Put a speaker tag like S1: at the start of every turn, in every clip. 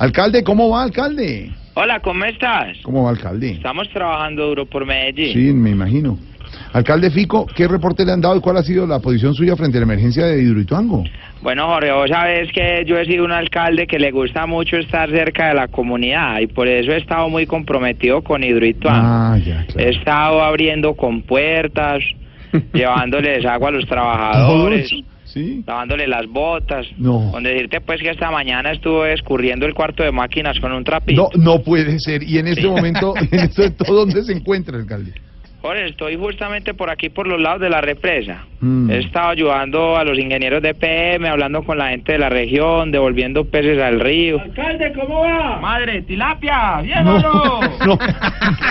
S1: Alcalde, ¿cómo va, alcalde?
S2: Hola, ¿cómo estás?
S1: ¿Cómo va, alcalde?
S2: Estamos trabajando duro por Medellín.
S1: Sí, me imagino. Alcalde Fico, ¿qué reporte le han dado y cuál ha sido la posición suya frente a la emergencia de Hidroituango?
S2: Bueno, Jorge, vos sabés que yo he sido un alcalde que le gusta mucho estar cerca de la comunidad y por eso he estado muy comprometido con Hidroituango.
S1: Ah, ya,
S2: he
S1: claro.
S2: estado abriendo compuertas, llevándoles agua a los trabajadores,
S1: Sí.
S2: lavándoles las botas.
S1: No.
S2: Con decirte pues que esta mañana estuve escurriendo el cuarto de máquinas con un trapito.
S1: No, no puede ser. Y en este momento, en este momento, ¿dónde se encuentra, alcalde?
S2: Jorge, estoy justamente por aquí, por los lados de la represa.
S1: Mm.
S2: He estado ayudando a los ingenieros de PM, hablando con la gente de la región, devolviendo peces al río.
S3: Alcalde, ¿cómo va? Madre, tilapia,
S1: No,
S3: llévalo.
S1: no.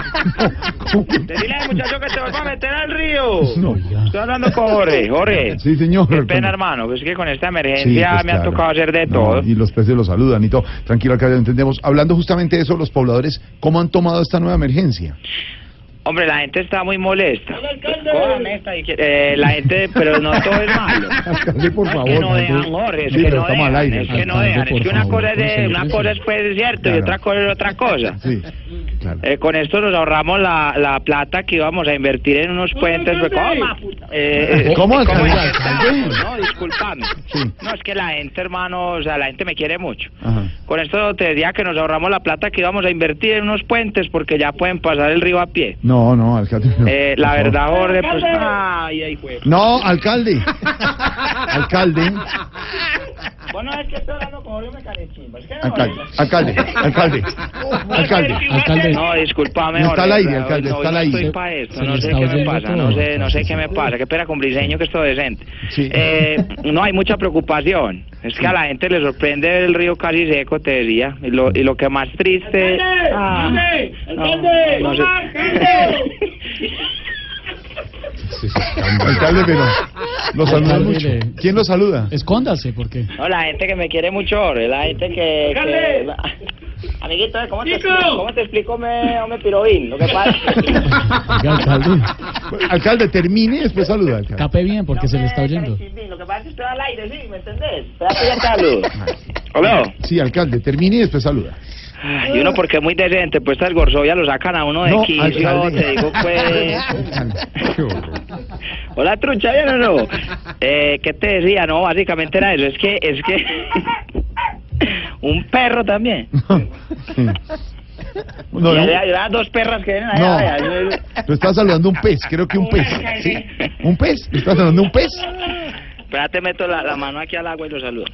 S1: ¿Cómo que
S2: Te dile al muchacho que te vas a meter al río.
S1: No, ya.
S2: Estoy hablando con Jorge, Jorge.
S1: Sí, señor.
S2: Qué
S1: alcalde.
S2: pena, hermano, pues es que con esta
S1: Sí,
S2: emergencia
S1: pues
S2: me ha
S1: claro.
S2: tocado hacer de
S1: No,
S2: todo.
S1: y los peces los saludan y todo. Tranquilo, alcalde, lo entendemos. Hablando justamente de eso, los pobladores, ¿cómo han tomado esta nueva emergencia?
S2: Hombre, la gente está muy molesta.
S3: Hola, alcalde.
S2: Cojan esta y que- eh, la gente, pero no todo es malo.
S1: Alcalde, por favor.
S2: Es que no
S1: alcalde.
S2: dejan, Jorge, es
S1: Sí,
S2: que
S1: pero
S2: no
S1: estamos
S2: dejan,
S1: al aire.
S2: es que no
S1: Alcalde,
S2: dejan, es
S1: por
S2: que una
S1: favor,
S2: cosa es,
S1: cuídese,
S2: de- una
S1: cuídese.
S2: cosa es pues, cierto y
S1: Claro.
S2: otra cosa es otra cosa.
S1: Sí, claro.
S2: Eh, con esto nos ahorramos la, la plata que íbamos a invertir en unos puentes.
S3: alcalde.
S2: ¿Cómo? Eh, eh,
S1: ¿Cómo, alcalde?
S2: es que
S1: Alcalde.
S2: estamos? No, disculpame.
S1: Sí.
S2: No, es que la gente, hermano, o sea, la gente me quiere mucho.
S1: Ajá.
S2: Con esto te diría que nos ahorramos la plata que íbamos a invertir en unos puentes porque ya pueden pasar el río a pie.
S1: No, no, alcalde. no,
S2: Eh,
S1: por
S2: la
S1: favor.
S2: verdad, Jorge, pues...
S3: Alcalde.
S2: Ay, ay, güey.
S1: No, alcalde. Alcalde.
S2: Bueno, es que estoy hablando con Jorge Mecanechimba. Es que
S1: Alcalde. Alcalde. Alcalde. Alcalde.
S4: Alcalde.
S2: No, discúlpame,
S1: No está al
S2: Jorge,
S1: aire,
S2: pero
S1: alcalde,
S2: no,
S1: está al
S2: no
S1: aire.
S2: estoy pa' esto,
S4: Se le
S2: no sé
S4: está
S2: qué me
S4: oyendo
S2: pasa,
S4: todo.
S2: no sé, no sé
S4: Sí,
S2: qué
S4: sí,
S2: me
S4: sí.
S2: pasa, qué pena con Briseño que esto decente.
S1: Sí.
S2: Eh, no, hay mucha preocupación. Es que a la gente le sorprende el río casi seco, te decía. Y lo, y lo que más triste...
S3: Alcalde,
S2: Ah,
S3: alcalde,
S2: no,
S3: alcalde,
S2: no sé.
S3: hola, alcalde.
S1: Alcalde, pero los saluda
S4: Alcalde,
S1: mucho.
S4: le-
S1: ¿Quién los saluda?
S4: Escóndase, porque.
S2: No, la gente que me quiere mucho, Jorge, la gente que... que-
S3: Alcalde.
S2: Amiguito, ¿eh? ¿cómo te,
S3: Chico.
S2: explico, ¿cómo te explico me, me pirobín? Lo que pasa...
S4: Oiga, alcalde,
S1: Alcalde, termine y después saluda. alcalde.
S4: cape bien porque se le está oyendo.
S2: Lo que pasa es que estoy al aire, ¿sí? ¿Me entendés? Espérate, ya te hablo. Hola.
S1: Sí, alcalde, termine y después saluda.
S2: Y uno porque es muy decente, pues estas gorzoyas lo sacan a uno de
S1: Ah. No,
S2: quicio,
S1: alcalde.
S2: te digo pues...
S1: Alcalde, qué horror.
S2: Hola trucha, ¿bien o no? Eh, ¿Qué te decía? No, básicamente era eso, es que, es que... Un perro también.
S1: Sí. No,
S2: y
S1: no,
S2: había, había dos perras que vienen
S1: no.
S2: allá. allá.
S1: Lo está saludando un pez, creo que un pez. ¿sí? ¿Un pez? ¿Lo está saludando un pez?
S2: Espérate, meto la, la mano aquí al agua y lo saludo.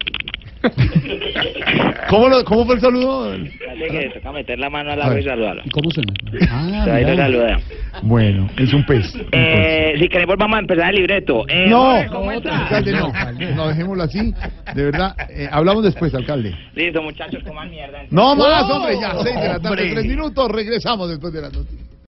S1: ¿Cómo, lo- ¿Cómo fue el saludo?
S2: Espérate que toca meter la mano al agua y saludarlo.
S4: ¿Y cómo suena? Ah,
S2: Ahí lo
S4: mira.
S2: saluda.
S1: Bueno, es un pez. entonces.
S2: Eh, si queremos vamos a empezar el libreto. Eh,
S1: No,
S2: Jorge, ¿cómo estás?
S1: alcalde, no. No, dejémoslo así. De verdad, eh, hablamos después, alcalde.
S2: Listo, muchachos, coman mierda.
S1: No más, hombre, ya, seis de la tarde, tres minutos, regresamos después de la noticia.